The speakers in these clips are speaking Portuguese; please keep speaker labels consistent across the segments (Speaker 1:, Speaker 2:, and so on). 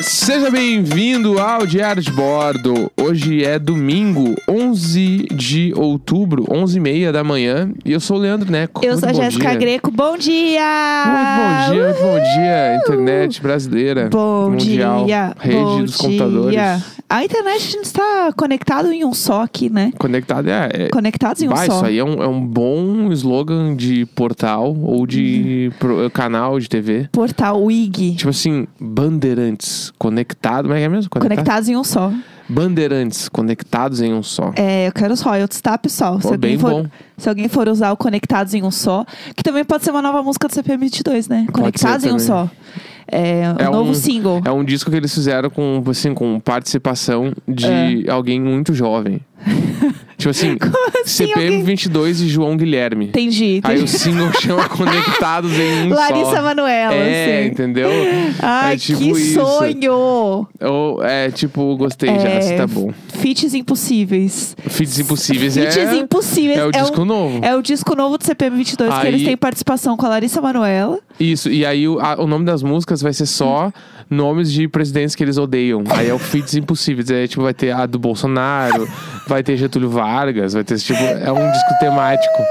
Speaker 1: Seja bem-vindo ao Diário de Bordo. Hoje é domingo, 11 de outubro, 11h30 da manhã. E eu sou o Leandro Neco.
Speaker 2: Eu
Speaker 1: Muito
Speaker 2: sou a
Speaker 1: bom
Speaker 2: Jéssica
Speaker 1: dia.
Speaker 2: Greco. Bom dia!
Speaker 1: Muito bom dia, muito bom dia, internet brasileira.
Speaker 2: Bom
Speaker 1: mundial,
Speaker 2: dia.
Speaker 1: Rede
Speaker 2: bom
Speaker 1: dos computadores.
Speaker 2: dia. A internet não está conectado em um só aqui, né?
Speaker 1: Conectado é. é
Speaker 2: Conectados em um
Speaker 1: bah,
Speaker 2: só.
Speaker 1: isso aí é um, é um bom slogan de portal ou de
Speaker 2: Uhum.
Speaker 1: pro- eh, canal de TV.
Speaker 2: Portal WIG.
Speaker 1: Tipo assim, Bandeirantes, conectado. Como é que é mesmo? Conectado?
Speaker 2: Conectados em um só.
Speaker 1: Bandeirantes, conectados em um só.
Speaker 2: É, eu quero os royalties, tá, pessoal?
Speaker 1: Pô,
Speaker 2: alguém
Speaker 1: bem
Speaker 2: for,
Speaker 1: bom.
Speaker 2: se alguém for usar o Conectados em um só, que também pode ser uma nova música do CPM22, né? Conectados
Speaker 1: ser
Speaker 2: em um
Speaker 1: também.
Speaker 2: só. É,
Speaker 1: É
Speaker 2: um novo
Speaker 1: um-
Speaker 2: single.
Speaker 1: É um disco que eles fizeram com, assim, com participação de alguém muito jovem. tipo assim,
Speaker 2: É. Como assim, alguém-
Speaker 1: CPM22 e João Guilherme.
Speaker 2: Entendi.
Speaker 1: Aí o
Speaker 2: entendi.
Speaker 1: single chama Conectados em um
Speaker 2: Larissa
Speaker 1: só.
Speaker 2: Manoela,
Speaker 1: É,
Speaker 2: assim.
Speaker 1: entendeu?
Speaker 2: Ai,
Speaker 1: é tipo
Speaker 2: que
Speaker 1: isso.
Speaker 2: sonho!
Speaker 1: Ou é tipo, gostei
Speaker 2: É,
Speaker 1: já, se tá bom.
Speaker 2: Feats impossíveis.
Speaker 1: Fits Impossíveis é,
Speaker 2: Feats impossíveis.
Speaker 1: é o disco
Speaker 2: um-
Speaker 1: novo.
Speaker 2: é o disco novo do CPM22 que
Speaker 1: Aí-
Speaker 2: eles têm participação com a Larissa Manoela.
Speaker 1: Isso, e aí o, a- o nome das músicas vai ser só nomes de presidentes que eles odeiam. Aí é o Fits Impossíveis. Aí, tipo, vai ter a do Bolsonaro, vai ter Getúlio Vargas, vai ter esse tipo. É um disco temático.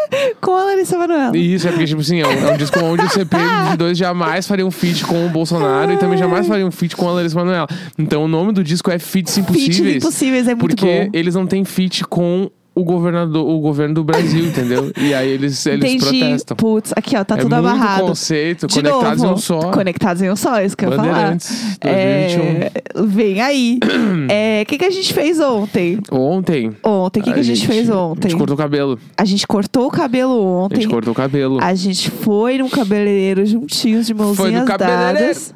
Speaker 2: Com a Larissa Manoela.
Speaker 1: E isso é porque, tipo assim, é um, é um disco onde o CP22 jamais faria um feat com o Bolsonaro e também jamais faria um feat com a Larissa Manoela. Então o nome do disco é Fits Impossíveis.
Speaker 2: Feats impossíveis é muito
Speaker 1: porque
Speaker 2: bom.
Speaker 1: eles não têm feat com o governador, o governo do Brasil, entendeu? E aí eles, eles
Speaker 2: Entendi.
Speaker 1: protestam.
Speaker 2: Putz, aqui ó, tá
Speaker 1: é
Speaker 2: tudo
Speaker 1: muito
Speaker 2: amarrado.
Speaker 1: conceito,
Speaker 2: De
Speaker 1: conectados
Speaker 2: novo,
Speaker 1: em um só.
Speaker 2: Conectados em um só, isso que eu ia falar.
Speaker 1: Bandeirantes, 2021.
Speaker 2: É, vem aí. É, O que, que a gente fez ontem?
Speaker 1: Ontem. O
Speaker 2: Ontem, o que, que a gente, fez ontem?
Speaker 1: A gente cortou o cabelo.
Speaker 2: A gente cortou o cabelo
Speaker 1: A
Speaker 2: ontem.
Speaker 1: gente cortou o cabelo.
Speaker 2: A gente foi no cabeleireiro juntinhos de mãozinhas
Speaker 1: Foi no cabeleireiro.
Speaker 2: dadas.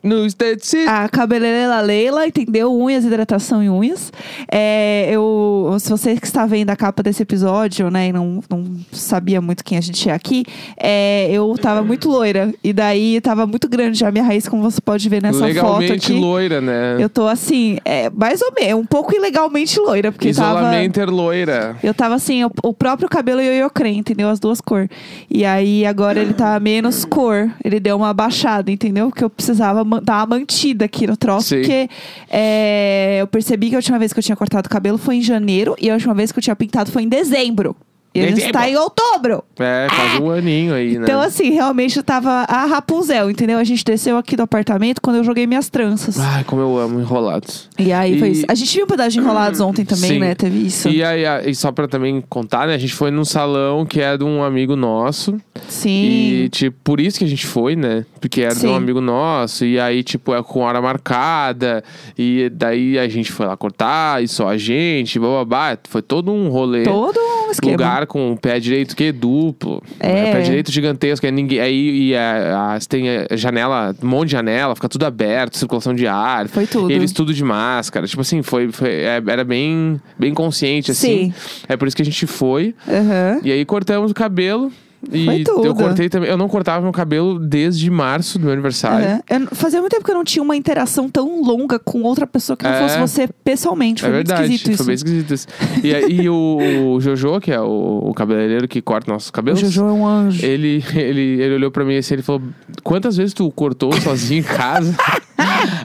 Speaker 1: No esteticista.
Speaker 2: A cabeleireira Leila, entendeu? Unhas, hidratação e unhas. É, eu, se você que está vendo a capa desse episódio, né, e não, não sabia muito quem a gente é aqui, é, eu tava muito loira. E daí tava muito grande já a minha raiz, como você pode ver nessa Ah, foto
Speaker 1: Legalmente
Speaker 2: aqui.
Speaker 1: loira, né?
Speaker 2: Eu tô assim, é, mais ou menos, um pouco ilegalmente loira, porque tava.
Speaker 1: Isolamento é loira.
Speaker 2: Eu tava assim, o, o próprio cabelo ioiocrê, entendeu? As duas cores. E aí agora ele tá menos cor. Ele deu uma baixada, entendeu? Porque eu precisava man- dar uma mantida aqui no troço.
Speaker 1: Sim.
Speaker 2: Porque é, eu percebi que a última vez que eu tinha cortado o cabelo foi em janeiro. E a última vez que eu tinha pintado foi em dezembro. E a gente
Speaker 1: Dezembro.
Speaker 2: tá em outubro.
Speaker 1: É, faz um aninho aí, né?
Speaker 2: Então, assim, realmente eu tava a Rapunzel, entendeu? A gente desceu aqui do apartamento quando eu joguei minhas tranças.
Speaker 1: Ai, como eu amo enrolados.
Speaker 2: E aí foi
Speaker 1: Ah, E-
Speaker 2: isso. A gente viu um pedaço de enrolados ontem também,
Speaker 1: Sim.
Speaker 2: né? Teve isso.
Speaker 1: E aí, a- e só pra também contar, né? A gente foi num salão que é de um amigo nosso.
Speaker 2: Sim.
Speaker 1: E, tipo, por isso que a gente foi, né? Porque era de
Speaker 2: Sim.
Speaker 1: um amigo nosso. E aí, tipo, é com hora marcada. E daí a gente foi lá cortar, e só a gente, bababá. Foi todo um rolê.
Speaker 2: Todo um esquema.
Speaker 1: Lugar com o pé direito que duplo.
Speaker 2: É.
Speaker 1: É. Pé direito gigantesco. Aí, ninguém, aí e, é, as- tem é, janela, um monte de janela, fica tudo aberto, circulação de ar.
Speaker 2: Foi tudo.
Speaker 1: E eles tudo de máscara. Tipo assim, foi, foi- é, era bem, bem consciente, assim.
Speaker 2: Sim.
Speaker 1: É por isso que a gente foi.
Speaker 2: Aham.
Speaker 1: E aí cortamos o cabelo. E
Speaker 2: Foi tudo.
Speaker 1: eu cortei também. Eu não cortava meu cabelo desde março do meu aniversário. É
Speaker 2: Aham. Eu não- fazia muito tempo que eu não tinha uma interação tão longa com outra pessoa que não
Speaker 1: É.
Speaker 2: fosse você pessoalmente. Foi
Speaker 1: é
Speaker 2: muito
Speaker 1: verdade,
Speaker 2: esquisito isso.
Speaker 1: foi bem esquisito isso. E aí o, o Jojo, que é o, o cabeleireiro que corta nossos
Speaker 2: o
Speaker 1: cabelos.
Speaker 2: Jojo é um anjo.
Speaker 1: Ele, ele, ele olhou pra mim assim, ele falou: Quantas vezes tu cortou sozinho em casa?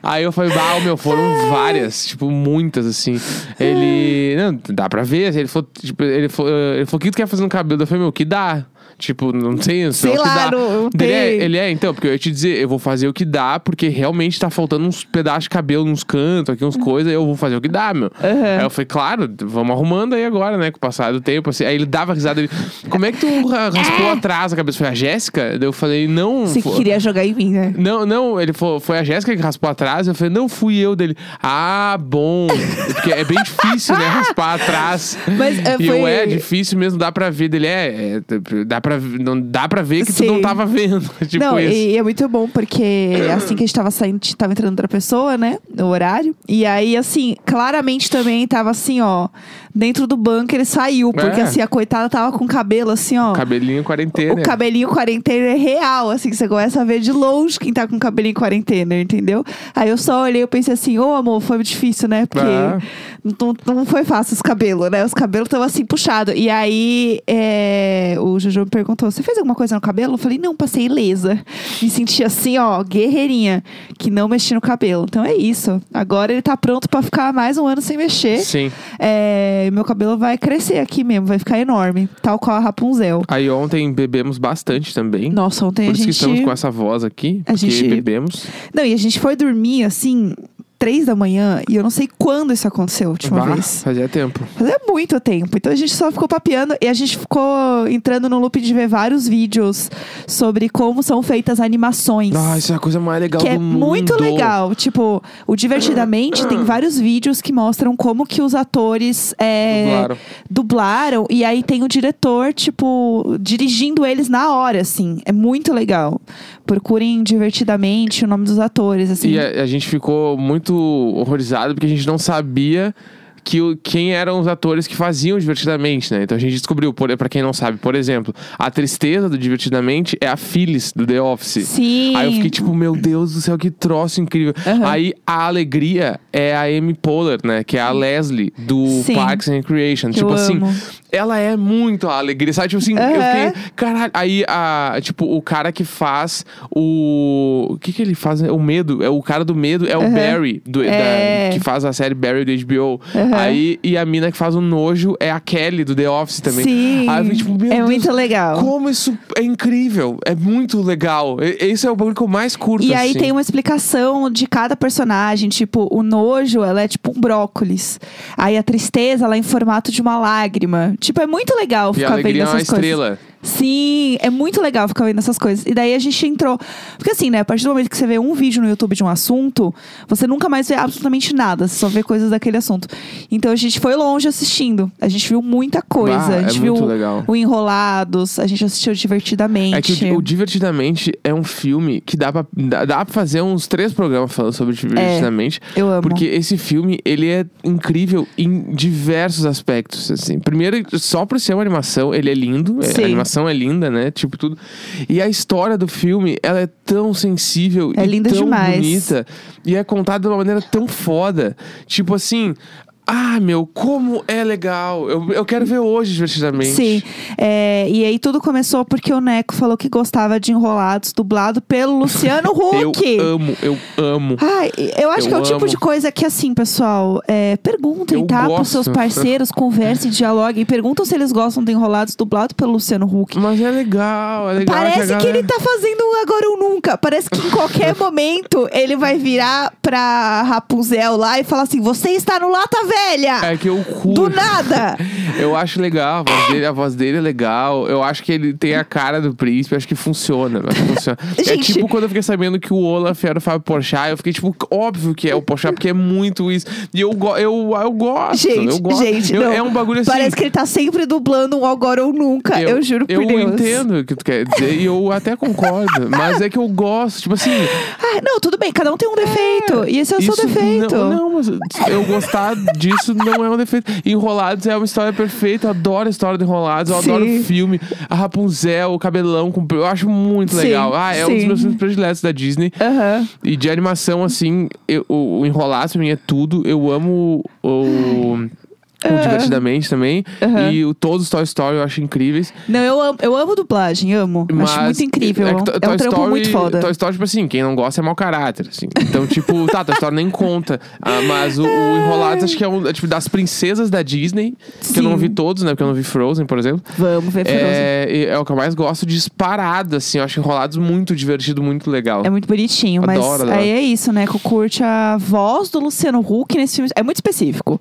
Speaker 1: Aí eu falei, ah, meu, foram várias, tipo, muitas, assim. Ele. Não, dá pra ver. Ele falou, tipo, ele falou, "Ah", ele falou, o que tu quer fazer no cabelo? Eu falei, meu, que dá? Tipo, não tem isso.
Speaker 2: Sei
Speaker 1: é o que
Speaker 2: lá,
Speaker 1: dá.
Speaker 2: não- não
Speaker 1: Ele é,
Speaker 2: tem.
Speaker 1: ele é, então, porque eu ia te dizer, eu vou fazer o que dá, porque realmente tá faltando uns pedaços de cabelo, uns cantos, aqui, uns coisas, eu vou fazer o que dá, meu.
Speaker 2: Uhum. Aham.
Speaker 1: Aí eu falei, claro, vamos arrumando aí agora, né? Com o passar do tempo. Assim. Aí ele dava risada. Ele, Como é que tu ra- raspou atrás a cabeça? Foi a Jéssica? Daí eu falei, não.
Speaker 2: Você
Speaker 1: fo-
Speaker 2: queria jogar em mim, né?
Speaker 1: Não, não, ele falou, foi a Jéssica que raspou atrás. Eu falei, não fui eu dele. Ah, bom. Porque é bem difícil, né? Raspar atrás.
Speaker 2: Mas, é,
Speaker 1: E eu,
Speaker 2: foi-
Speaker 1: é difícil mesmo, dá pra ver. Dele é, é, dá, pra, não, dá pra ver que
Speaker 2: Sim.
Speaker 1: tu não tava vendo. tipo
Speaker 2: não,
Speaker 1: isso.
Speaker 2: e, e é muito bom, porque assim que a gente tava saindo, a gente tava entrando outra pessoa, né? No horário. E aí, assim, claramente também tava assim, ó. Dentro do banco ele saiu, porque
Speaker 1: É.
Speaker 2: assim, a coitada tava com o cabelo assim, ó.
Speaker 1: Cabelinho quarentena.
Speaker 2: O cabelinho quarentena é real, assim, que você começa a ver de longe quem tá com cabelinho quarentena, entendeu? Aí eu só olhei e pensei assim, ô amor, foi difícil, né? Porque
Speaker 1: Ah.
Speaker 2: não, não foi fácil os cabelos, né? Os cabelos estavam assim puxados. E aí é, o Jojo me perguntou: Você fez alguma coisa no cabelo? Eu falei: Não, passei ilesa. Me senti assim, ó, guerreirinha, que não mexi no cabelo. Então é isso. Agora ele tá pronto pra ficar mais um ano sem mexer.
Speaker 1: Sim.
Speaker 2: É, meu cabelo vai crescer aqui mesmo, vai ficar enorme, tal qual a Rapunzel.
Speaker 1: Aí ontem bebemos bastante também.
Speaker 2: Nossa, ontem
Speaker 1: Por
Speaker 2: a
Speaker 1: isso
Speaker 2: gente.
Speaker 1: que estamos com essa voz aqui.
Speaker 2: A
Speaker 1: Porque
Speaker 2: gente-
Speaker 1: bebemos.
Speaker 2: Não, e a gente foi dormir assim, três da manhã, e eu não sei quando isso aconteceu a última
Speaker 1: Bah,
Speaker 2: vez.
Speaker 1: Fazia tempo.
Speaker 2: Fazia muito tempo. Então a gente só ficou papeando e a gente ficou entrando no loop de ver vários vídeos sobre como são feitas animações.
Speaker 1: Ah, isso é a coisa mais legal
Speaker 2: Que
Speaker 1: do
Speaker 2: é
Speaker 1: mundo.
Speaker 2: muito legal. Tipo, o Divertidamente tem vários vídeos que mostram como que os atores é,
Speaker 1: Dublaram.
Speaker 2: dublaram. E aí tem o diretor, tipo, dirigindo eles na hora, assim. É muito legal. Procurem Divertidamente o nome dos atores, assim.
Speaker 1: E é a, a gente ficou muito horrorizado porque a gente não sabia que o, quem eram os atores que faziam divertidamente, né? Então a gente descobriu, por- pra quem não sabe, por exemplo, a tristeza do divertidamente é a Phyllis do The Office.
Speaker 2: Sim.
Speaker 1: Aí eu fiquei tipo, meu Deus do céu, que troço incrível.
Speaker 2: Aham.
Speaker 1: Aí a alegria é a Amy Poehler, né? Que é a Leslie do
Speaker 2: Sim.
Speaker 1: Parks and Recreation.
Speaker 2: Que
Speaker 1: tipo
Speaker 2: eu
Speaker 1: assim,
Speaker 2: amo.
Speaker 1: ela é muito a alegria, sabe? Tipo assim, eu
Speaker 2: Aham.
Speaker 1: fiquei, caralho. Aí, a, tipo, o cara que faz o. O que que ele faz? né? O medo. É, o cara do medo é o
Speaker 2: Aham.
Speaker 1: Barry, do,
Speaker 2: É.
Speaker 1: da, que faz a série Barry do HBO.
Speaker 2: Aham.
Speaker 1: Aí, e a mina que faz o nojo é a Kelly do The Office também.
Speaker 2: Sim.
Speaker 1: Aí eu fiquei, tipo, meu
Speaker 2: é
Speaker 1: Deus,
Speaker 2: muito legal.
Speaker 1: como isso é incrível, é muito legal. E- Esse é o bagulho que eu mais curto.
Speaker 2: E aí
Speaker 1: assim.
Speaker 2: tem um uma explicação de cada personagem, tipo, o nojo, ela é tipo um brócolis. Aí a tristeza, ela é em formato de uma lágrima. Tipo, é muito legal
Speaker 1: e a
Speaker 2: ficar vendo
Speaker 1: alegria é
Speaker 2: essas
Speaker 1: uma
Speaker 2: coisas.
Speaker 1: estrela.
Speaker 2: Sim, é muito legal ficar vendo essas coisas. E daí a gente entrou. Porque assim, né? A partir do momento que você vê um vídeo no YouTube de um assunto, você nunca mais vê absolutamente nada, você só vê coisas daquele assunto. Então a gente foi longe assistindo. A gente viu muita coisa.
Speaker 1: Bah,
Speaker 2: a gente
Speaker 1: é
Speaker 2: viu
Speaker 1: muito legal.
Speaker 2: o Enrolados, a gente assistiu divertidamente.
Speaker 1: É que o, o Divertidamente é um filme que dá pra, dá, dá pra fazer uns três programas falando sobre Divertidamente.
Speaker 2: É, Eu amo.
Speaker 1: Porque esse filme, ele é incrível em diversos aspectos, assim. Primeiro, só por ser uma animação, ele é lindo. É,
Speaker 2: Sim.
Speaker 1: A animação é linda, né? Tipo, tudo. E a história do filme, ela é tão sensível
Speaker 2: É
Speaker 1: e
Speaker 2: linda
Speaker 1: tão
Speaker 2: demais.
Speaker 1: bonita. E é contada de uma maneira tão foda. Tipo assim... Ah, meu, como é legal. Eu, eu quero ver hoje, divertidamente.
Speaker 2: Sim. É, e aí tudo começou porque o Neco falou que gostava de Enrolados, dublado pelo Luciano
Speaker 1: Eu
Speaker 2: Huck.
Speaker 1: amo, eu amo.
Speaker 2: Ai, eu acho
Speaker 1: Eu
Speaker 2: que é o tipo
Speaker 1: amo.
Speaker 2: de coisa que, assim, pessoal, é, perguntem,
Speaker 1: Eu
Speaker 2: tá? Pros
Speaker 1: gosto.
Speaker 2: seus parceiros, conversem, dialoguem, perguntam se eles gostam de Enrolados, dublado pelo Luciano Huck.
Speaker 1: Mas é legal, é legal.
Speaker 2: Parece que,
Speaker 1: a
Speaker 2: ele
Speaker 1: galera-
Speaker 2: tá fazendo um agora ou nunca. Parece que em qualquer momento ele vai virar pra Rapunzel lá e falar assim: Você está no Lata Velha!
Speaker 1: É que eu curto.
Speaker 2: Do nada!
Speaker 1: Eu acho legal, a voz, dele, a voz dele é legal. Eu acho que ele tem a cara do príncipe, acho que funciona. acho que funciona. é
Speaker 2: Gente.
Speaker 1: tipo quando eu fiquei sabendo que o Olaf era o Fábio Porchat, eu fiquei tipo, óbvio que é o Porchat, porque é muito isso. E eu, go- eu, eu gosto,
Speaker 2: Gente,
Speaker 1: eu gosto.
Speaker 2: gente,
Speaker 1: Eu-
Speaker 2: não.
Speaker 1: É um bagulho assim...
Speaker 2: Parece que ele tá sempre dublando um agora ou nunca. Eu, juro por
Speaker 1: eu
Speaker 2: Deus.
Speaker 1: entendo o que tu quer dizer e eu até concordo, mas é que eu gosto, tipo assim,
Speaker 2: Ah, não, tudo bem, cada um tem um defeito. e esse é o seu
Speaker 1: Isso
Speaker 2: defeito.
Speaker 1: Não, não, mas eu gostar disso não é um defeito. Enrolados é uma história perfeita. Eu adoro a história do Enrolados. Eu
Speaker 2: Sim.
Speaker 1: adoro o filme. A Rapunzel, o cabelão. com- Eu acho muito
Speaker 2: Sim,
Speaker 1: legal. Ah, é um dos
Speaker 2: sim.
Speaker 1: meus filmes prediletos da Disney.
Speaker 2: Aham.
Speaker 1: E de animação, assim, eu- o, o Enrolados pra mim é tudo. Eu amo o... o Divertidamente também.
Speaker 2: Aham.
Speaker 1: E o, todos os Toy Story eu acho incríveis.
Speaker 2: Não, eu amo, eu amo dublagem, amo. Acho
Speaker 1: Mas
Speaker 2: muito incrível.
Speaker 1: que
Speaker 2: É,
Speaker 1: Toy
Speaker 2: um trampo
Speaker 1: Story-
Speaker 2: muito foda.
Speaker 1: Toy Story, tipo assim, quem não gosta é mau caráter, assim. Então, tipo, tá, Toy Story nem conta. Ah, mas o, o Enrolados, acho que é um é, tipo, das princesas da Disney. Que eu não
Speaker 2: Sim.
Speaker 1: vi todos, né? Porque eu não vi Frozen, por exemplo.
Speaker 2: Vamos ver, Frozen.
Speaker 1: É, e é o que eu mais gosto, disparado, assim. Eu acho Enrolados muito divertido, muito legal.
Speaker 2: É muito bonitinho, mas
Speaker 1: Adoro, adoro.
Speaker 2: aí é isso, né? Que eu curte a voz do Luciano Huck nesse filme. É muito específico.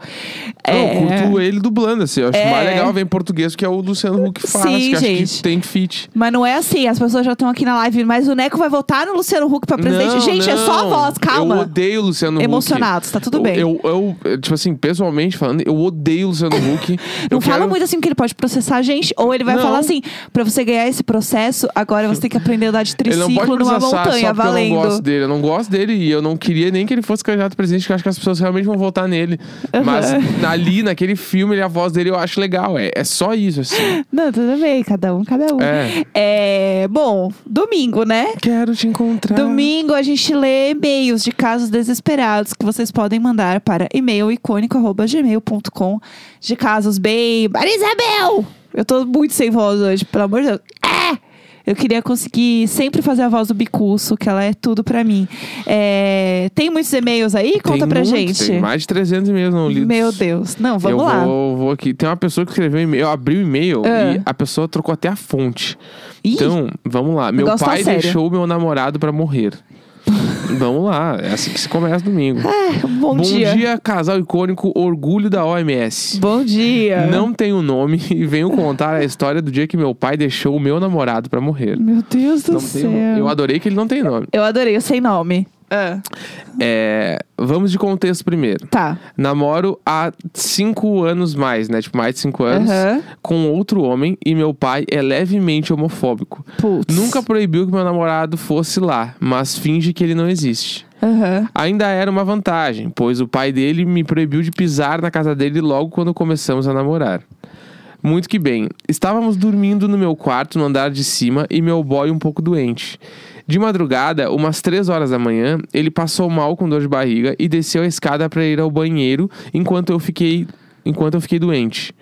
Speaker 1: Não,
Speaker 2: é...
Speaker 1: Eu curto ele dublando, assim. Eu acho
Speaker 2: É.
Speaker 1: mais legal ver em português, que é o Luciano Huck que faz.
Speaker 2: Sim,
Speaker 1: que eu acho
Speaker 2: gente.
Speaker 1: que tem fit.
Speaker 2: Mas não é assim, as pessoas já estão aqui na live, mas o Neco vai votar no Luciano Huck pra presidente.
Speaker 1: Não,
Speaker 2: Gente, é só a
Speaker 1: não.
Speaker 2: voz, calma.
Speaker 1: Eu odeio o Luciano Huck.
Speaker 2: Emocionados, tá tudo
Speaker 1: Eu-
Speaker 2: bem.
Speaker 1: Eu, eu, eh, tipo assim, pessoalmente falando, eu odeio o Luciano Huck.
Speaker 2: Não
Speaker 1: eu
Speaker 2: fala
Speaker 1: quero...
Speaker 2: muito assim que ele pode processar a gente, ou ele vai
Speaker 1: Não.
Speaker 2: falar assim: pra você ganhar esse processo, agora você tem que aprender a andar de
Speaker 1: Ele
Speaker 2: triciclo
Speaker 1: não pode
Speaker 2: numa
Speaker 1: processar só
Speaker 2: montanha,
Speaker 1: porque eu não gosto
Speaker 2: valendo.
Speaker 1: dele. Eu não gosto dele e eu não queria nem que ele fosse candidato a presidente, que eu acho que as pessoas realmente vão votar nele. Mas ali, naquele filme, ele- a voz dele eu acho legal. É, é só isso, assim.
Speaker 2: Não, tudo bem, cada um, cada um.
Speaker 1: É.
Speaker 2: É, bom, domingo, né?
Speaker 1: Quero te encontrar.
Speaker 2: Domingo a gente lê e-mails de casos desesperados que vocês podem mandar para e-mail icônico.gmail.com de casos bem. Maria Isabel! Eu tô muito sem voz hoje, pelo amor de Deus. É! Eu queria conseguir sempre fazer a voz do Bicuço, que ela é tudo pra mim. É, tem muitos e-mails aí? Conta
Speaker 1: tem
Speaker 2: pra
Speaker 1: muito,
Speaker 2: gente.
Speaker 1: Tem mais de 300 e-mails não lidos.
Speaker 2: Meu Deus. Não, vamos
Speaker 1: eu
Speaker 2: lá.
Speaker 1: Vou, vou aqui. Tem uma pessoa que escreveu um e-mail. Eu abri o e-mail
Speaker 2: Ah.
Speaker 1: e a pessoa trocou até a fonte.
Speaker 2: Ih,
Speaker 1: Então, vamos lá. Meu
Speaker 2: negócio tá
Speaker 1: pai
Speaker 2: sério.
Speaker 1: deixou meu namorado pra morrer. vamos lá. É assim que se começa domingo.
Speaker 2: é, bom, dia.
Speaker 1: casal icônico, orgulho da OMS.
Speaker 2: Bom dia.
Speaker 1: Não tenho nome e venho contar a história do dia que meu pai deixou o meu namorado pra morrer.
Speaker 2: Meu Deus do
Speaker 1: Não
Speaker 2: céu.
Speaker 1: tenho, eu adorei que ele não tem nome.
Speaker 2: Eu adorei, eu sei nome. Ah,
Speaker 1: É, vamos de contexto primeiro.
Speaker 2: tá.
Speaker 1: Namoro há cinco anos mais, né? Tipo, mais de cinco anos.
Speaker 2: Aham.
Speaker 1: Com outro homem e meu pai é levemente homofóbico.
Speaker 2: Putz.
Speaker 1: Nunca proibiu que meu namorado fosse lá, mas finge que ele não existe.
Speaker 2: Aham.
Speaker 1: Ainda era uma vantagem, pois o pai dele me proibiu de pisar na casa dele logo quando começamos a namorar. Muito que bem. Estávamos dormindo no meu quarto, no andar de cima, e meu boy um pouco doente. De madrugada, umas três horas da manhã, ele passou mal com dor de barriga e desceu a escada para ir ao banheiro enquanto eu fiquei enquanto eu fiquei doente.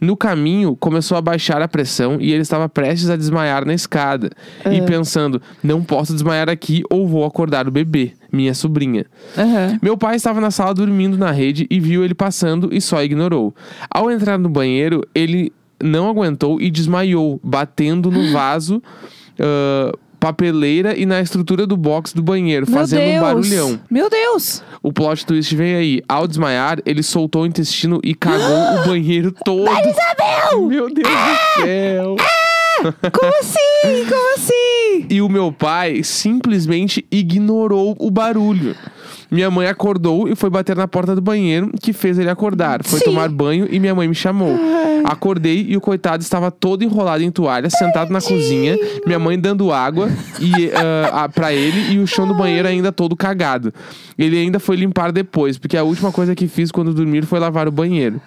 Speaker 1: No caminho, começou a baixar a pressão e ele estava prestes a desmaiar na escada. E pensando, não posso desmaiar aqui ou vou acordar o bebê, minha sobrinha.
Speaker 2: Aham.
Speaker 1: Meu pai estava na sala dormindo na rede e viu ele passando e só ignorou. Ao entrar no banheiro, ele não aguentou e desmaiou, batendo no vaso, ah, papeleira e na estrutura do box do banheiro,
Speaker 2: Meu
Speaker 1: fazendo
Speaker 2: Deus.
Speaker 1: um barulhão.
Speaker 2: Meu Deus.
Speaker 1: O plot twist veio aí. Ao desmaiar, ele soltou o intestino e cagou o banheiro todo.
Speaker 2: Isabel!
Speaker 1: Meu Deus do céu!
Speaker 2: Como assim? Como assim?
Speaker 1: E o meu pai simplesmente ignorou o barulho. Minha mãe acordou e foi bater na porta do banheiro, que fez ele acordar. Foi
Speaker 2: Sim.
Speaker 1: tomar banho e minha mãe me chamou. Acordei e o coitado estava todo enrolado em toalha, sentado na cozinha, minha mãe dando água e ah, ah, para ele e o chão do banheiro ainda todo cagado. Ele ainda foi limpar depois, porque a última coisa que fiz quando dormir foi lavar o banheiro.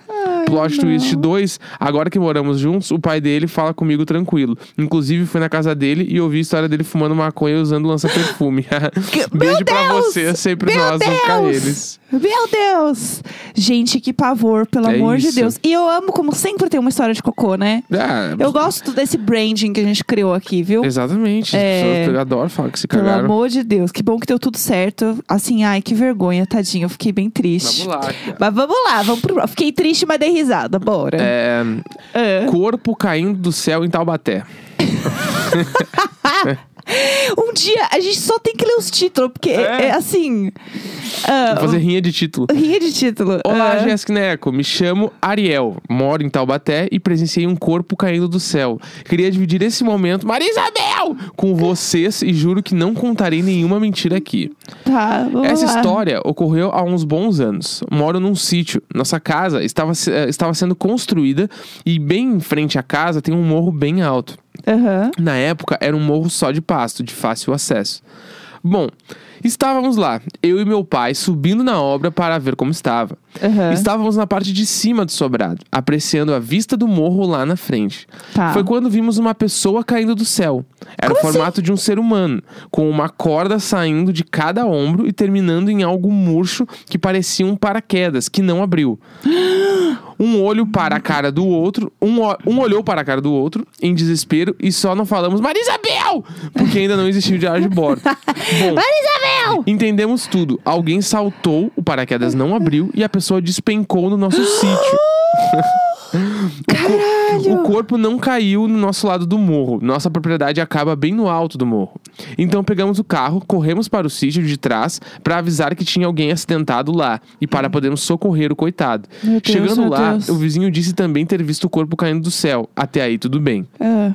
Speaker 1: Plot twist 2, agora que moramos juntos, o pai dele fala comigo tranquilo. Inclusive, fui na casa dele e ouvi a história dele fumando maconha e usando lança-perfume.
Speaker 2: Que-
Speaker 1: Beijo
Speaker 2: Meu
Speaker 1: pra
Speaker 2: Deus!
Speaker 1: você, sempre
Speaker 2: Meu
Speaker 1: nós, nunca
Speaker 2: Deus!
Speaker 1: eles.
Speaker 2: Meu Deus! Gente, que pavor, pelo
Speaker 1: É
Speaker 2: amor de
Speaker 1: isso.
Speaker 2: Deus. E eu amo, como sempre, tem uma história de cocô, né?
Speaker 1: Ah,
Speaker 2: Eu gosto desse branding que a gente criou aqui, viu?
Speaker 1: Exatamente.
Speaker 2: É.
Speaker 1: As pessoas adoram falar que se
Speaker 2: Pelo
Speaker 1: cagaram.
Speaker 2: amor de Deus, que bom que deu tudo certo. Assim, ai, que vergonha, tadinho. Eu fiquei bem triste.
Speaker 1: Vamos lá, cara.
Speaker 2: Mas vamos lá, vamos pro. Fiquei triste, mas dei risada. Bora.
Speaker 1: É,
Speaker 2: Ah.
Speaker 1: corpo caindo do céu em Taubaté.
Speaker 2: Um dia a gente só tem que ler os títulos, porque é,
Speaker 1: É.
Speaker 2: é assim. ah, um
Speaker 1: Vou fazer rinha de título.
Speaker 2: Rinha de título.
Speaker 1: Olá,
Speaker 2: Ah.
Speaker 1: Jéssica Neco. Me chamo Ariel. Moro em Taubaté e presenciei um corpo caindo do céu. Queria dividir esse momento, Maria Isabel, com vocês e juro que não contarei nenhuma mentira aqui.
Speaker 2: Tá, vamos
Speaker 1: Essa
Speaker 2: lá.
Speaker 1: história ocorreu há uns bons anos. Moro num sítio. Nossa casa estava, se- eh, estava sendo construída e bem em frente à casa tem um morro bem alto.
Speaker 2: Aham.
Speaker 1: Na época, era um morro só de pasto, de fácil acesso. Bom, estávamos lá, eu e meu pai subindo na obra para ver como estava.
Speaker 2: Aham.
Speaker 1: Estávamos na parte de cima do sobrado, apreciando a vista do morro lá na frente.
Speaker 2: Tá. assim?
Speaker 1: Foi quando vimos uma pessoa caindo do céu. Era o formato de um ser humano, com uma corda saindo de cada ombro e terminando em algo murcho que parecia um paraquedas, que não abriu. Um olho para a cara do outro, um, o- um olhou para a cara do outro, em desespero, e só não falamos Marisabel! Porque ainda não existiu diário de bordo. Bom,
Speaker 2: Marisabel!
Speaker 1: Entendemos tudo. Alguém saltou, o paraquedas não abriu e a pessoa despencou no nosso sítio.
Speaker 2: Caralho!
Speaker 1: O corpo não caiu no nosso lado do morro. Nossa propriedade acaba bem no alto do morro. Então pegamos o carro, corremos para o sítio de trás para avisar que tinha alguém acidentado lá e para podermos socorrer o coitado.
Speaker 2: Meu Deus,
Speaker 1: Chegando
Speaker 2: meu
Speaker 1: lá,
Speaker 2: Deus.
Speaker 1: o vizinho disse também ter visto o corpo caindo do céu. Até aí tudo bem.
Speaker 2: Ah.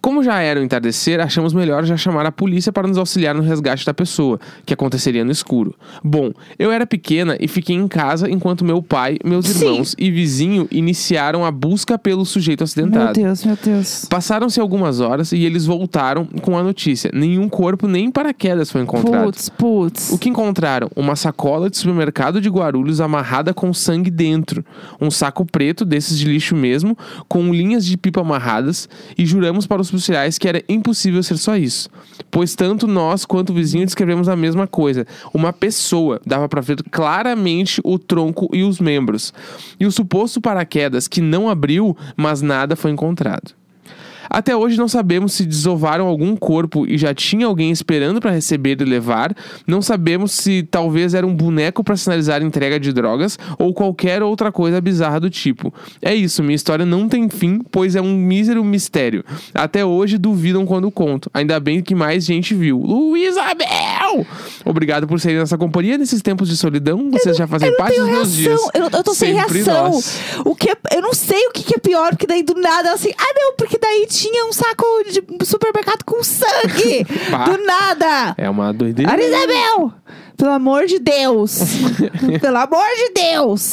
Speaker 1: Como já era o entardecer, achamos melhor já chamar a polícia para nos auxiliar no resgate da pessoa, que aconteceria no escuro. Bom, eu era pequena e fiquei em casa enquanto meu pai, meus
Speaker 2: Sim.
Speaker 1: irmãos e vizinho iniciaram a busca pelo sujeito
Speaker 2: Meu
Speaker 1: acidentado.
Speaker 2: Deus, meu Deus.
Speaker 1: Passaram-se algumas horas e eles voltaram com a notícia. Nenhum corpo nem paraquedas foi encontrado.
Speaker 2: Putz, putz.
Speaker 1: O que encontraram? Uma sacola de supermercado de Guarulhos amarrada com sangue dentro. Um saco preto, desses de lixo mesmo, com linhas de pipa amarradas. E juramos para os policiais que era impossível ser só isso. Pois tanto nós quanto o vizinho descrevemos a mesma coisa. Uma pessoa. Dava para ver claramente o tronco e os membros. E o suposto paraquedas que não abriu, mas nada foi encontrado. Até hoje não sabemos se desovaram algum corpo e já tinha alguém esperando para receber e levar. Não sabemos se talvez era um boneco para sinalizar entrega de drogas ou qualquer outra coisa bizarra do tipo. É isso, minha história não tem fim, pois é um mísero mistério. Até hoje duvidam quando conto. Ainda bem que mais gente viu. Luísabel! Obrigado por serem nossa companhia nesses tempos de solidão. Vocês já fazem
Speaker 2: Eu não
Speaker 1: parte
Speaker 2: tenho
Speaker 1: é dos meus dias.
Speaker 2: reação. Eu, eu tô sem
Speaker 1: Sempre
Speaker 2: reação.
Speaker 1: nós.
Speaker 2: O que é- eu não sei o que, que é pior, porque daí do nada assim, ah não, porque daí tinha um saco de supermercado com sangue.
Speaker 1: Pá.
Speaker 2: do nada.
Speaker 1: É uma doideira.
Speaker 2: Ana Isabel! Pelo amor de Deus! Pelo amor de Deus!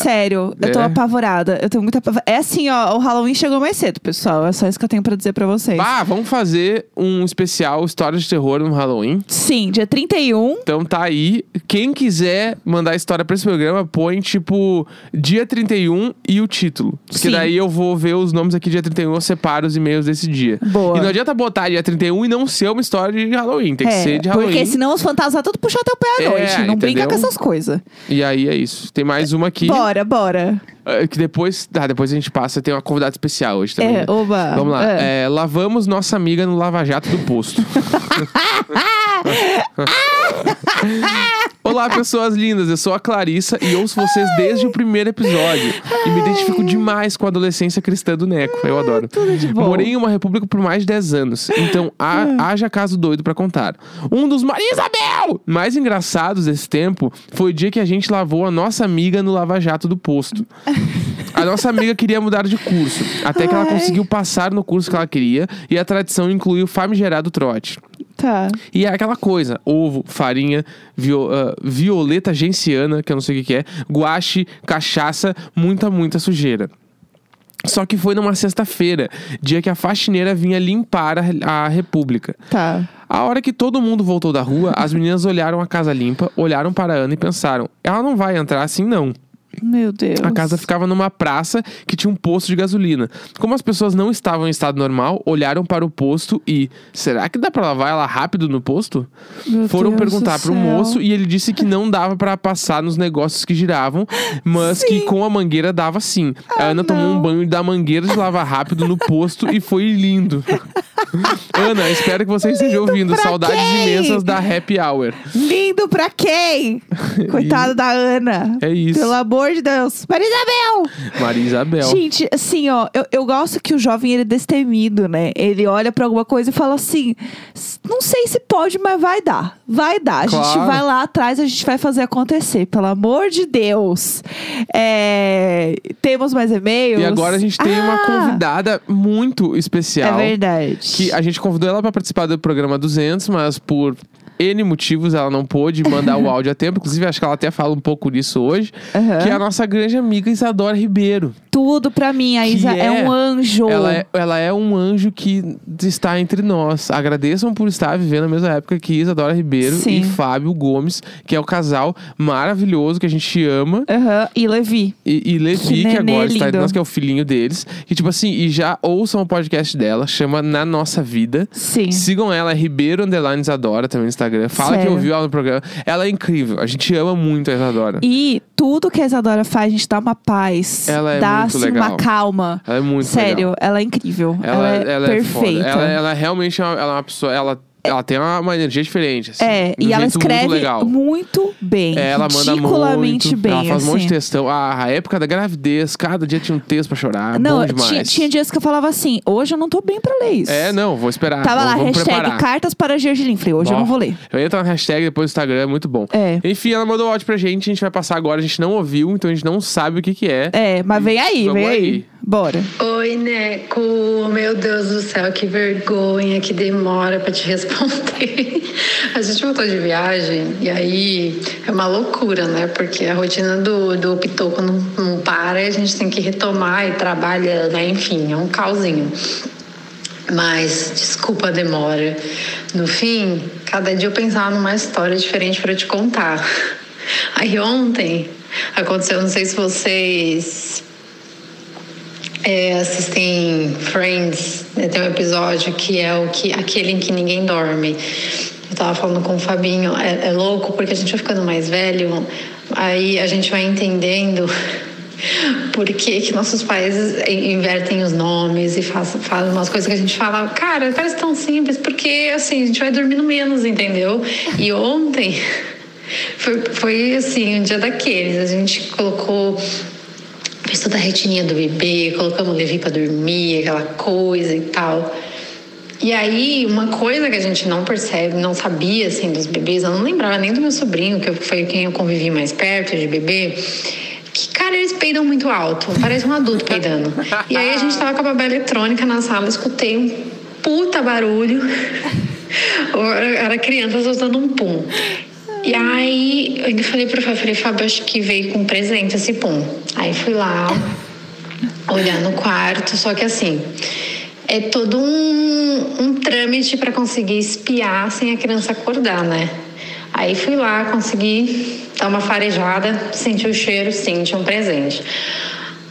Speaker 2: Sério, eu tô
Speaker 1: É.
Speaker 2: apavorada. Eu tenho muita apavorada. É assim, ó, o Halloween chegou mais cedo, pessoal. É só É isso que eu tenho pra dizer pra vocês.
Speaker 1: Ah, vamos fazer um especial História de Terror no Halloween.
Speaker 2: Sim, dia 31.
Speaker 1: Então tá aí. Quem quiser mandar história pra esse programa, põe tipo dia 31 e o título. Porque
Speaker 2: Sim.
Speaker 1: daí eu vou ver os nomes aqui dia 31, eu separo os e-mails desse dia.
Speaker 2: Boa.
Speaker 1: E não adianta botar dia 31 e não ser uma história de Halloween. Tem que
Speaker 2: é,
Speaker 1: ser de Halloween.
Speaker 2: porque senão os fantasmas tudo puxam teu pé à
Speaker 1: É,
Speaker 2: noite. Não brinca
Speaker 1: entendeu?
Speaker 2: com essas coisas.
Speaker 1: E aí é isso. Tem mais uma aqui.
Speaker 2: Bora, bora.
Speaker 1: eh, Que depois. Ah, depois a gente passa. Tem uma convidada especial hoje também. né?
Speaker 2: É, oba.
Speaker 1: Vamos lá.
Speaker 2: É.
Speaker 1: É, lavamos nossa amiga no Lava Jato do posto. Olá, pessoas lindas. Eu sou a Clarissa e ouço vocês desde o primeiro episódio. E me identifico demais com a adolescência cristã do Neco. Eu adoro.
Speaker 2: Tudo de bom. Ah.
Speaker 1: Morei em uma república por mais de 10 anos. Então, há- haja caso doido pra contar. Um dos Maria Isabel mais engraçados desse tempo foi o dia que a gente lavou a nossa amiga no Lava Jato do posto. A nossa amiga queria mudar de curso, até que ela
Speaker 2: Ai.
Speaker 1: conseguiu passar no curso que ela queria e a tradição incluiu o famigerado trote.
Speaker 2: Tá.
Speaker 1: E é aquela coisa: ovo, farinha, vio- ah, violeta genciana, que eu não sei o que, que é, guache, cachaça, muita, muita sujeira. Só que foi numa sexta-feira, dia que a faxineira vinha limpar a- a República.
Speaker 2: Tá.
Speaker 1: A hora que todo mundo voltou da rua, as meninas olharam a casa limpa, olharam para a Ana e pensaram: ela não vai entrar assim, não.
Speaker 2: Meu Deus.
Speaker 1: A casa ficava numa praça que tinha um posto de gasolina. Como as pessoas não estavam em estado normal, olharam para o posto e. Será que dá pra lavar ela rápido no posto?
Speaker 2: Meu
Speaker 1: Foram
Speaker 2: Deus do
Speaker 1: perguntar pro
Speaker 2: céu.
Speaker 1: moço e ele disse que não dava pra passar nos negócios que giravam, mas que com a mangueira dava sim.
Speaker 2: Ah,
Speaker 1: a Ana tomou um banho da mangueira de lavar rápido no posto e foi lindo. Ana, espero que você esteja ouvindo.
Speaker 2: pra
Speaker 1: Saudades
Speaker 2: quem?
Speaker 1: imensas da Happy Hour.
Speaker 2: Lindo pra quem? Coitado da Ana.
Speaker 1: É isso.
Speaker 2: Pelo amor de Deus. Maria Isabel!
Speaker 1: Maria Isabel.
Speaker 2: Gente, assim, ó, eu, eu gosto que o jovem ele é destemido, né? Ele olha pra alguma coisa e fala assim: "S- não sei se pode, mas vai dar. Vai dar. A gente
Speaker 1: Claro.
Speaker 2: vai lá atrás, a gente vai fazer acontecer, pelo amor de Deus. É, Temos mais e-mails.
Speaker 1: E agora a gente tem uma
Speaker 2: Ah,
Speaker 1: convidada muito especial.
Speaker 2: É verdade.
Speaker 1: que a gente convidou ela para participar do programa 200, mas por N motivos ela não pôde mandar o áudio a tempo. Inclusive, acho que ela até fala um pouco disso hoje.
Speaker 2: Aham.
Speaker 1: Que é a nossa grande amiga Isadora Ribeiro.
Speaker 2: Tudo pra mim, a
Speaker 1: Que
Speaker 2: Isa é,
Speaker 1: é-
Speaker 2: um anjo.
Speaker 1: Ela é, ela é um anjo que está entre nós. Agradeçam por estar vivendo a mesma época que Isadora Ribeiro
Speaker 2: Sim.
Speaker 1: e Fábio Gomes, que é o casal maravilhoso que a gente ama.
Speaker 2: Aham, E Levi.
Speaker 1: E, e Levi,
Speaker 2: Que
Speaker 1: que,
Speaker 2: nenê
Speaker 1: agora está
Speaker 2: lindo.
Speaker 1: entre nós, que é o filhinho deles. Que, tipo assim, e já ouçam o podcast dela, chama Na Nossa Vida.
Speaker 2: Sim.
Speaker 1: Sigam ela, é Ribeiro Underlines Adora também no Instagram. Fala
Speaker 2: Sério.
Speaker 1: que ouviu ela no programa. Ela é incrível. A gente ama muito a Isadora.
Speaker 2: E tudo que a Isadora faz, a gente dá uma paz.
Speaker 1: Ela é
Speaker 2: dá
Speaker 1: muito
Speaker 2: assim,
Speaker 1: legal.
Speaker 2: uma calma.
Speaker 1: Ela é muito
Speaker 2: Sério,
Speaker 1: legal.
Speaker 2: ela é incrível. Ela, é
Speaker 1: ela
Speaker 2: perfeita.
Speaker 1: foda. Ela, ela realmente é uma, ela é uma pessoa. Ela, ela tem uma, uma energia diferente. assim,
Speaker 2: É,
Speaker 1: de um
Speaker 2: e ela
Speaker 1: jeito
Speaker 2: escreve
Speaker 1: Muito legal.
Speaker 2: muito bem.
Speaker 1: É, ela manda
Speaker 2: ridiculamente
Speaker 1: muito.
Speaker 2: bem.
Speaker 1: ela faz um monte de
Speaker 2: assim.
Speaker 1: textão. Ah, a época da gravidez, cada dia tinha um texto pra chorar.
Speaker 2: Não,
Speaker 1: bom demais.
Speaker 2: tinha, tinha dias que eu falava assim: hoje eu não tô bem pra ler isso.
Speaker 1: É, não, vou esperar.
Speaker 2: Tava
Speaker 1: vamos,
Speaker 2: lá,
Speaker 1: vamos
Speaker 2: hashtag
Speaker 1: preparar.
Speaker 2: cartas para Gergelim. Falei, hoje eu não
Speaker 1: Ó,
Speaker 2: vou ler.
Speaker 1: Eu entro na hashtag depois do Instagram, é muito bom.
Speaker 2: É.
Speaker 1: Enfim, ela mandou um áudio pra gente, a gente vai passar agora, a gente não ouviu, então a gente não sabe o que que é.
Speaker 2: É, mas vem aí,
Speaker 1: Vamos
Speaker 2: vem aí.
Speaker 1: aí.
Speaker 2: Bora.
Speaker 3: Oi, Neco. Meu Deus do céu, que vergonha, que demora pra te responder. A gente voltou de viagem e aí é uma loucura, né? Porque a rotina do, do Pitoco não, não para e a gente tem que retomar e trabalha, né? Enfim, é um calzinho. Mas desculpa a demora. No fim, cada dia eu pensava numa história diferente pra te contar. Aí ontem aconteceu, não sei se vocês é, assistem Friends, né, tem um episódio que é o que aquele em que ninguém dorme. Eu tava falando com o Fabinho, é, é louco porque a gente vai ficando mais velho, aí a gente vai entendendo Por que, que nossos países invertem os nomes e fazem, fazem umas coisas que a gente fala, cara, parece tão simples, porque assim, a gente vai dormindo menos, entendeu? E ontem foi, foi assim, um dia daqueles, a gente colocou fez toda a retininha do bebê, colocamos o Levi para dormir, aquela coisa e tal. E aí, uma coisa que a gente não percebe, não sabia, assim, dos bebês, eu não lembrava nem do meu sobrinho, que foi quem eu convivi mais perto de bebê, que, cara, eles peidam muito alto, parece um adulto peidando. E aí, a gente tava com a babá eletrônica na sala, escutei um puta barulho. Era criança soltando um pum. E aí eu falei pro Fábio, falei, Fábio, acho que veio com presente esse pum. Aí fui lá, olhar no quarto, só que assim, é todo um, um trâmite para conseguir espiar sem a criança acordar, né? Aí fui lá, consegui dar uma farejada, senti o cheiro, senti um presente.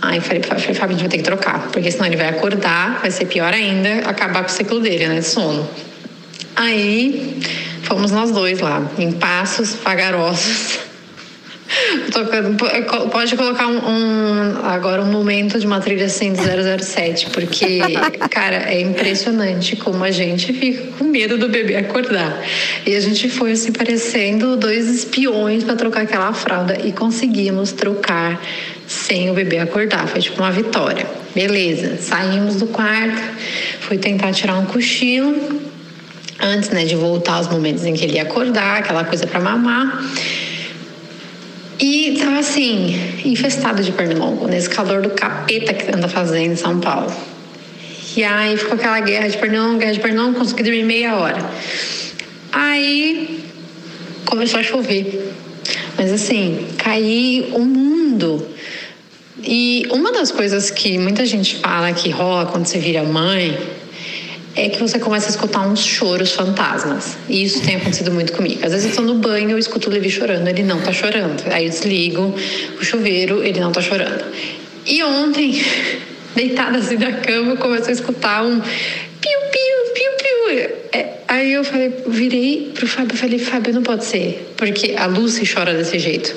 Speaker 3: Aí falei, falei, Fábio, a gente vai ter que trocar, porque senão ele vai acordar, vai ser pior ainda, acabar com o ciclo dele, né, de sono. Aí fomos nós dois lá, em passos vagarosos. Pode colocar um, um- agora um momento de uma trilha assim de 007, porque, cara, é impressionante como a gente fica com medo do bebê acordar. E a gente foi assim parecendo dois espiões para trocar aquela fralda e conseguimos trocar sem o bebê acordar. Foi tipo uma vitória. Beleza, saímos do quarto, fui tentar tirar um cochilo antes, né, de voltar aos momentos em que ele ia acordar, aquela coisa para mamar. E tava assim, infestado de pernilongo, nesse calor do capeta que anda fazendo em São Paulo. E aí ficou aquela guerra de pernilongo, guerra de pernilongo, consegui dormir meia hora. Aí começou a chover. Mas assim, caiu o mundo. E uma das coisas que muita gente fala que rola quando você vira mãe é que você começa a escutar uns choros fantasmas. E isso tem acontecido muito comigo. Às vezes eu tô no banho, eu escuto o Levi chorando, ele não tá chorando. Aí eu desligo o chuveiro, ele não tá chorando. E ontem, deitada assim na cama, eu começo a escutar um piu-piu, piu-piu. É, Aí eu falei, virei pro Fábio e falei, Fábio, não pode ser, porque a Lucy chora desse jeito.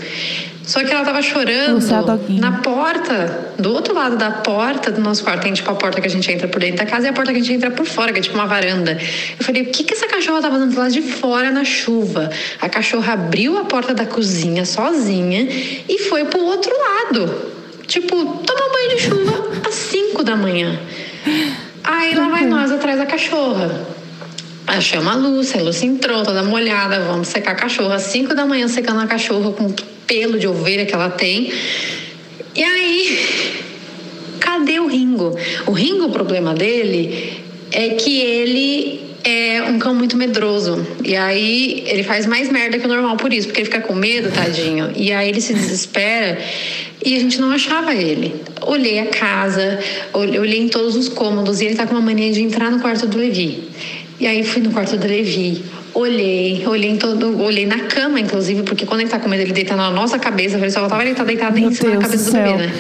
Speaker 3: Só que ela tava chorando
Speaker 2: Lucy é a doguinha.
Speaker 3: na porta, do outro lado da porta do nosso quarto, tem tipo a porta que a gente entra por dentro da casa e a porta que a gente entra por fora, que é tipo uma varanda. Eu falei, o que que essa cachorra tá fazendo do lado de fora na chuva? A cachorra abriu a porta da cozinha sozinha e foi pro outro lado. Tipo, toma banho de chuva às 5 da manhã. Aí lá vai nós atrás da cachorra. Aí chama a Lúcia, a Lúcia entrou toda molhada, vamos secar a cachorra. Às 5 da manhã secando a cachorra com o pelo de ovelha que ela tem. E aí, cadê o Ringo? O Ringo, o problema dele é que ele é um cão muito medroso. E aí ele faz mais merda que o normal por isso, porque ele fica com medo, tadinho. E aí ele se desespera e a gente não achava ele. Olhei a casa, olhei olhei em todos os cômodos e ele tá com uma mania de entrar no quarto do Levi. E aí fui no quarto do Levi, olhei, olhei em todo, olhei na cama, inclusive, porque quando ele tá com medo, ele deita na nossa cabeça, ele só voltava ele tá deitado em
Speaker 2: Meu
Speaker 3: cima da
Speaker 2: Deus
Speaker 3: cabeça
Speaker 2: do
Speaker 3: do bebê,
Speaker 2: céu.
Speaker 3: né?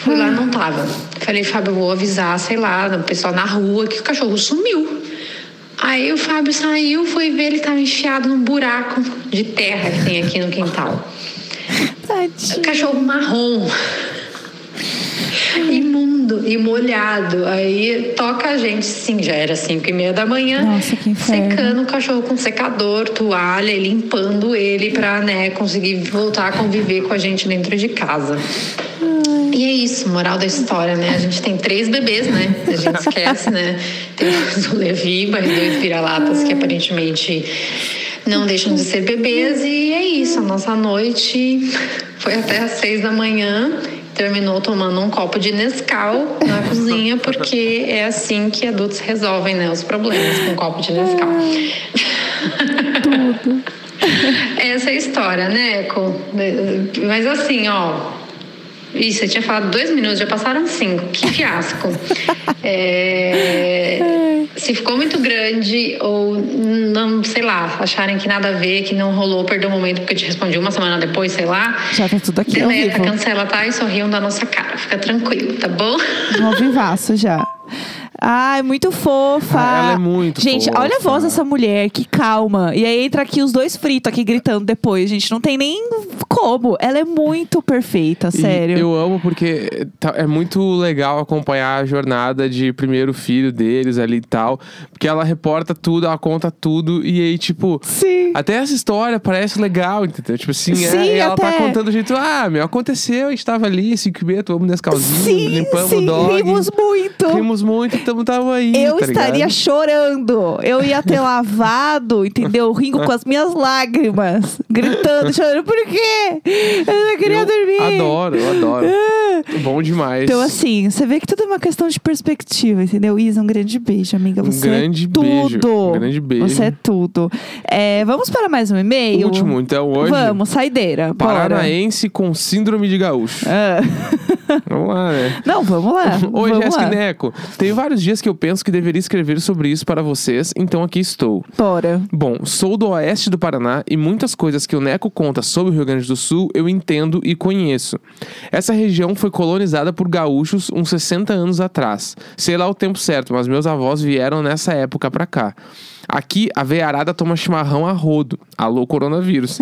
Speaker 3: Fui lá, não tava. Falei, Fábio, eu vou avisar, sei lá, o pessoal na rua que o cachorro sumiu. Aí o Fábio saiu, foi ver, ele tava enfiado num buraco de terra que tem aqui no quintal.
Speaker 2: Tadinho.
Speaker 3: Cachorro marrom. Imundo e molhado. Aí toca a gente, sim, já era cinco e meia da manhã.
Speaker 2: Nossa, que inferno.
Speaker 3: secando o cachorro com secador, toalha, e limpando ele pra né, conseguir voltar a conviver com a gente dentro de casa. E é isso, moral da história, né? A gente tem três bebês, né? A gente esquece, né? Temos o Levi, mais dois vira-latas que aparentemente não deixam de ser bebês. E é isso, a nossa noite foi até às seis da manhã. Terminou tomando um copo de Nescau na cozinha, porque é assim que adultos resolvem né, os problemas com um copo de Nescau. Essa é a história, né, Eco? Mas assim, ó. Isso, eu tinha falado dois minutos, já passaram cinco. Que fiasco. É, se ficou muito grande ou não, sei lá, acharem que nada a ver, que não rolou, perdeu o momento porque eu te respondi uma semana depois, sei lá.
Speaker 2: Já tá tudo aqui ao
Speaker 3: Deleta,
Speaker 2: vivo.
Speaker 3: cancela, tá? E sorriam da nossa cara. Fica tranquilo, tá bom?
Speaker 2: Um ao vivaço já. Ai, muito fofa.
Speaker 1: Ah, ela é muito
Speaker 2: Gente,
Speaker 1: fofa.
Speaker 2: olha a voz dessa mulher, que calma. E aí entra aqui os dois fritos aqui gritando depois, gente. Não tem nem como. Ela é muito perfeita,
Speaker 1: E
Speaker 2: sério.
Speaker 1: Eu amo porque tá- é muito legal acompanhar a jornada de primeiro filho deles ali e tal. Porque ela reporta tudo, ela conta tudo. E aí, tipo,
Speaker 2: Sim.
Speaker 1: até essa história parece legal, entendeu? Tipo assim,
Speaker 2: Sim,
Speaker 1: é, e ela tá
Speaker 2: até-
Speaker 1: contando do jeito, ah, meu, aconteceu, a gente tava ali, 5 e meia, tomamos Nescauzinho,
Speaker 2: Sim,
Speaker 1: limpamos
Speaker 2: sim,
Speaker 1: o dog.
Speaker 2: rimos muito.
Speaker 1: Rimos muito, então tava aí.
Speaker 2: Eu
Speaker 1: tá
Speaker 2: estaria
Speaker 1: ligado?
Speaker 2: chorando. Eu ia ter lavado, entendeu? O Ringo com as minhas lágrimas. Gritando, chorando. Por quê? Eu não queria
Speaker 1: Eu
Speaker 2: dormir.
Speaker 1: Adoro, eu adoro.
Speaker 2: Ah.
Speaker 1: Bom demais.
Speaker 2: Então, assim, você vê que tudo é uma questão de perspectiva, entendeu? Isa, um grande beijo, amiga.
Speaker 1: Um
Speaker 2: Você
Speaker 1: grande
Speaker 2: é tudo.
Speaker 1: beijo, um grande beijo.
Speaker 2: Você é tudo. É, vamos para mais um e-mail?
Speaker 1: Último, então, hoje.
Speaker 2: Vamos, saideira. bora.
Speaker 1: Paranaense com síndrome de gaúcho.
Speaker 2: Ah.
Speaker 1: Vamos lá, né?
Speaker 2: Não, vamos lá.
Speaker 1: Oi,
Speaker 2: vamos
Speaker 1: Jéssica
Speaker 2: lá.
Speaker 1: e Neco. Tem vários dias que eu penso que deveria escrever sobre isso para vocês, então aqui estou.
Speaker 2: Bora.
Speaker 1: Bom, sou do oeste do Paraná e muitas coisas que o Neco conta sobre o Rio Grande do Sul eu entendo e conheço. Essa região foi colonizada por gaúchos uns 60 anos atrás. Sei lá o tempo certo, mas meus avós vieram nessa época pra cá. Aqui, a veiarada toma chimarrão a rodo. Alô, coronavírus.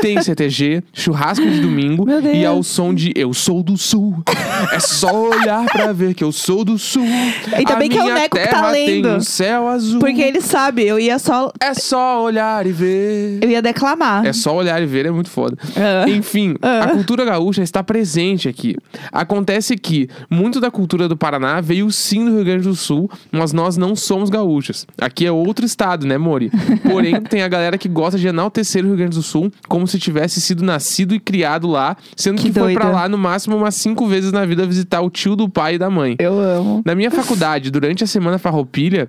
Speaker 1: Tem CTG, churrasco de domingo
Speaker 2: Meu Deus.
Speaker 1: e ao som de Eu Sou do Sul. É só olhar pra ver que eu sou do Sul.
Speaker 2: Ainda
Speaker 1: a
Speaker 2: bem que é o
Speaker 1: minha
Speaker 2: Neco que tá
Speaker 1: terra Tem
Speaker 2: lendo.
Speaker 1: um céu azul.
Speaker 2: Porque ele sabe, eu ia só.
Speaker 1: É só olhar e ver.
Speaker 2: Eu ia declamar.
Speaker 1: É só olhar e ver, é muito foda.
Speaker 2: Ah.
Speaker 1: Enfim,
Speaker 2: Ah.
Speaker 1: a cultura gaúcha está presente aqui. Acontece que muito da cultura do Paraná veio sim do Rio Grande do Sul, mas nós não somos gaúchos. Aqui é outro estado, né, Mori? Porém, tem a galera que gosta de enaltecer o Rio Grande do Sul como se tivesse sido nascido e criado lá, sendo
Speaker 2: Que
Speaker 1: que, foi pra
Speaker 2: doida.
Speaker 1: lá no máximo umas cinco vezes na vida visitar o tio do pai e da mãe.
Speaker 2: Eu amo.
Speaker 1: Na minha faculdade, durante a semana farroupilha,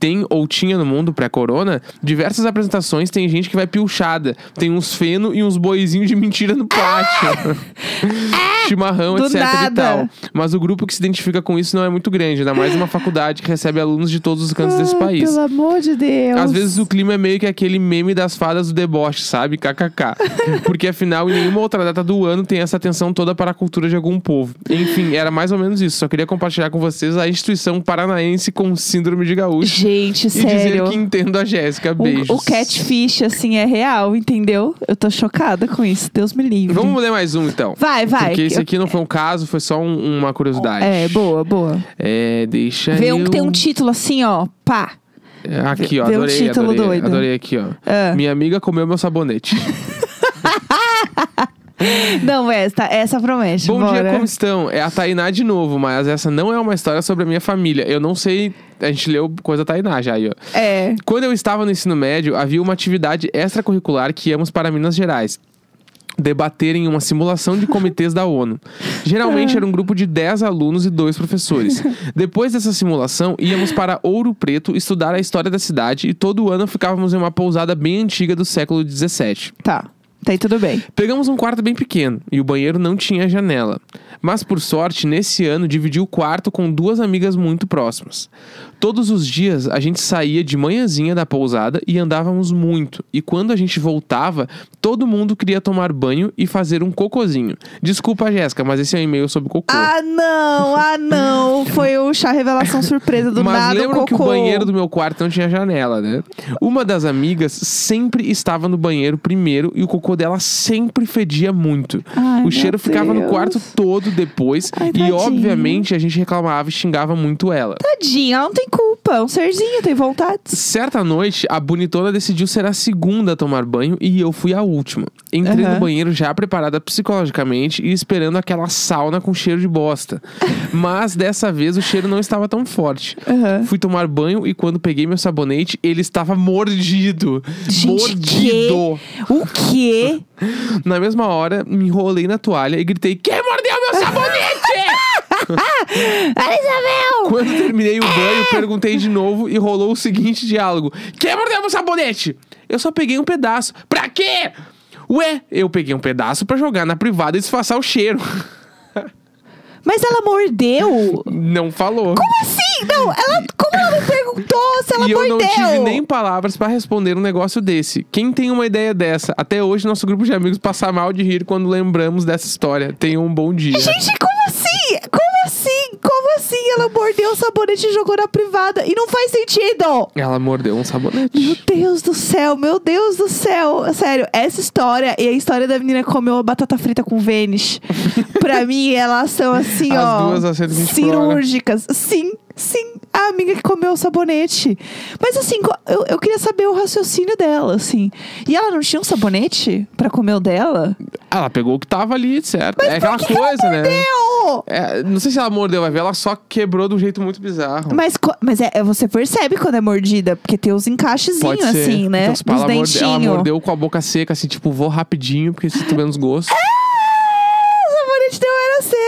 Speaker 1: tem ou tinha no mundo pré-corona diversas apresentações. Tem gente que vai piochada, tem uns feno e uns boizinhos de mentira no pátio. Chimarrão,
Speaker 2: É, Do
Speaker 1: etc e
Speaker 2: nada.
Speaker 1: tal. Mas o grupo que se identifica com isso não é muito grande, ainda mais uma faculdade que recebe alunos de todos os cantos desse
Speaker 2: Ai,
Speaker 1: país.
Speaker 2: Pelo amor de Deus.
Speaker 1: Às vezes o clima é meio que aquele meme das fadas do deboche, sabe? KKK. Porque afinal, em nenhuma outra data do ano tem essa atenção toda para a cultura de algum povo. Enfim, era mais ou menos isso. Só queria compartilhar com vocês a instituição paranaense com síndrome de gaúcho.
Speaker 2: Gente,
Speaker 1: E dizer
Speaker 2: sério.
Speaker 1: que entendo a Jéssica. Beijos.
Speaker 2: O, o catfish, assim, é real, entendeu? Eu tô chocada com isso. Deus me livre.
Speaker 1: Vamos ler mais um então.
Speaker 2: Vai, vai.
Speaker 1: Porque esse aqui não foi um caso, foi só um- uma curiosidade.
Speaker 2: É, boa, boa.
Speaker 1: É, deixa
Speaker 2: Vê um
Speaker 1: eu-
Speaker 2: que tem um título assim, ó. Pá.
Speaker 1: Aqui, ó.
Speaker 2: Vê um
Speaker 1: Adorei,
Speaker 2: título
Speaker 1: adorei.
Speaker 2: doido.
Speaker 1: Adorei aqui, ó.
Speaker 2: Ah.
Speaker 1: Minha amiga comeu meu sabonete.
Speaker 2: Não, essa, essa promete.
Speaker 1: Bom
Speaker 2: bora.
Speaker 1: dia, como estão? É a Tainá de novo, mas essa não é uma história sobre a minha família. Eu não sei. A gente leu coisa da Tainá já aí, ó.
Speaker 2: É.
Speaker 1: Quando eu estava no ensino médio, havia uma atividade extracurricular que íamos para Minas Gerais. Debaterem uma simulação de comitês da ONU. Geralmente era um grupo de 10 alunos e dois professores. Depois dessa simulação, íamos para Ouro Preto estudar a história da cidade e todo ano ficávamos em uma pousada bem antiga do século XVII.
Speaker 2: Tá. Tá aí tudo bem.
Speaker 1: Pegamos um quarto bem pequeno e o banheiro não tinha janela. Mas por sorte, nesse ano dividi o quarto com duas amigas muito próximas. Todos os dias a gente saía de manhãzinha da pousada e andávamos muito. E quando a gente voltava, todo mundo queria tomar banho e fazer um cocôzinho. Desculpa, Jéssica, mas esse é um e-mail sobre cocô.
Speaker 2: Ah, não! Ah, não! Foi o chá revelação surpresa do
Speaker 1: Mas
Speaker 2: nada.
Speaker 1: lembram
Speaker 2: cocô.
Speaker 1: que o banheiro do meu quarto não tinha janela, né? Uma das amigas sempre estava no banheiro primeiro e o cocô dela sempre fedia muito.
Speaker 2: Ai, meu
Speaker 1: o cheiro ficava no
Speaker 2: Deus.
Speaker 1: quarto todo depois
Speaker 2: Ai,
Speaker 1: e,
Speaker 2: tadinha.
Speaker 1: obviamente, a gente reclamava e xingava muito ela.
Speaker 2: Tadinha, ela não tem culpa. É um serzinho, tem vontade.
Speaker 1: Certa noite, a bonitona decidiu ser a segunda a tomar banho e eu fui a última. Entrei
Speaker 2: Aham.
Speaker 1: no banheiro já preparada psicologicamente e esperando aquela sauna com cheiro de bosta. Mas dessa vez o cheiro não estava tão forte.
Speaker 2: Aham.
Speaker 1: Fui tomar banho e quando peguei meu sabonete, ele estava mordido.
Speaker 2: Gente,
Speaker 1: mordido.
Speaker 2: que? O quê?
Speaker 1: Na mesma hora, me enrolei na toalha e gritei: Quem mordeu meu sabonete?
Speaker 2: Ah, Isabel!
Speaker 1: Quando terminei o banho, perguntei de novo e rolou o seguinte diálogo: Quem mordeu meu sabonete? Eu só peguei um pedaço. Pra quê? Ué, eu peguei um pedaço pra jogar na privada e disfarçar o cheiro.
Speaker 2: Mas ela mordeu?
Speaker 1: Não falou.
Speaker 2: Como assim? Não, ela. Como ela me perguntou se ela
Speaker 1: e eu
Speaker 2: mordeu?
Speaker 1: não tive nem palavras pra responder um negócio desse. Quem tem uma ideia dessa? Até hoje, nosso grupo de amigos passa mal de rir quando lembramos dessa história. Tenham um bom dia.
Speaker 2: Gente, como assim? Como assim? Como assim? ela mordeu o sabonete e jogou na privada. E não faz sentido!
Speaker 1: Ela mordeu um
Speaker 2: Meu
Speaker 1: sabonete.
Speaker 2: Deus do céu, meu Deus do céu. Sério, essa história e a história da menina que comeu a batata frita com Vênis, pra mim, elas são assim,
Speaker 1: As
Speaker 2: ó.
Speaker 1: duas a 120 por hora.
Speaker 2: cirúrgicas. Sim, sim. A amiga que comeu o sabonete. Mas assim, co- eu, eu queria saber o raciocínio dela, assim. E ela não tinha um sabonete pra comer o dela?
Speaker 1: Ela pegou o que tava ali, certo? é aquela
Speaker 2: Por que que ela
Speaker 1: coisa, né?
Speaker 2: mordeu?
Speaker 1: É, não sei se ela mordeu, vai ver, ela só quebrou de um jeito muito bizarro.
Speaker 2: Mas, co- mas é, é- você percebe quando é mordida, porque tem os encaixezinhos, assim, né?
Speaker 1: Então, se pá,
Speaker 2: Dos
Speaker 1: ela, morde- ela
Speaker 2: dentinhos.
Speaker 1: mordeu com a boca seca, assim, tipo, vou rapidinho, porque se tu menos gosto.
Speaker 2: Ah, o sabonete não era seu!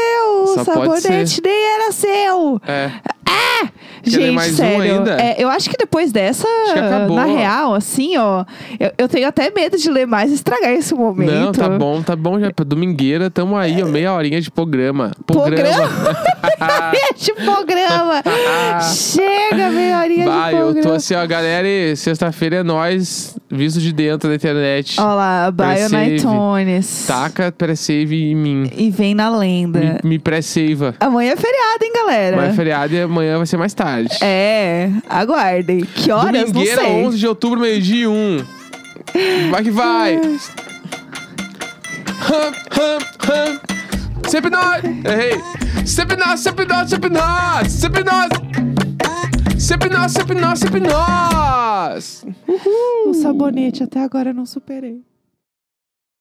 Speaker 2: O
Speaker 1: Só pode
Speaker 2: sabonete nem era seu!
Speaker 1: É. Quer ler
Speaker 2: Gente,
Speaker 1: mais um
Speaker 2: sério.
Speaker 1: ainda?
Speaker 2: é, eu acho que depois dessa,
Speaker 1: que acabou.
Speaker 2: na real, assim, ó, eu, eu tenho até medo de ler mais e estragar esse momento.
Speaker 1: Não, tá bom, tá bom já. pra Domingueira, tamo aí, ó, meia horinha de programa.
Speaker 2: Programa? de programa! Chega, meia horinha
Speaker 1: bah,
Speaker 2: de
Speaker 1: eu tô
Speaker 2: programa.
Speaker 1: assim, ó, galera, e sexta-feira é nós, visto de dentro da internet.
Speaker 2: Olha lá,
Speaker 1: Percebe.
Speaker 2: Bionitones.
Speaker 1: Taca pre-save em mim.
Speaker 2: E vem na lenda.
Speaker 1: Me, me pré-seiva.
Speaker 2: Amanhã é feriado, hein, galera?
Speaker 1: Mas é feriado e Hum. amanhã vai ser mais tarde.
Speaker 2: É, aguardem. Que horas? Não
Speaker 1: Domingueira,
Speaker 2: sei.
Speaker 1: 11 de outubro, meio-dia e um. Vai que vai. Hum, hum, hum. Sempre nós. Errei. Sempre nós, sempre nós, sempre nós. Sempre nós. Sempre nós, sempre nós, sempre nós.
Speaker 2: O sabonete até agora eu não superei.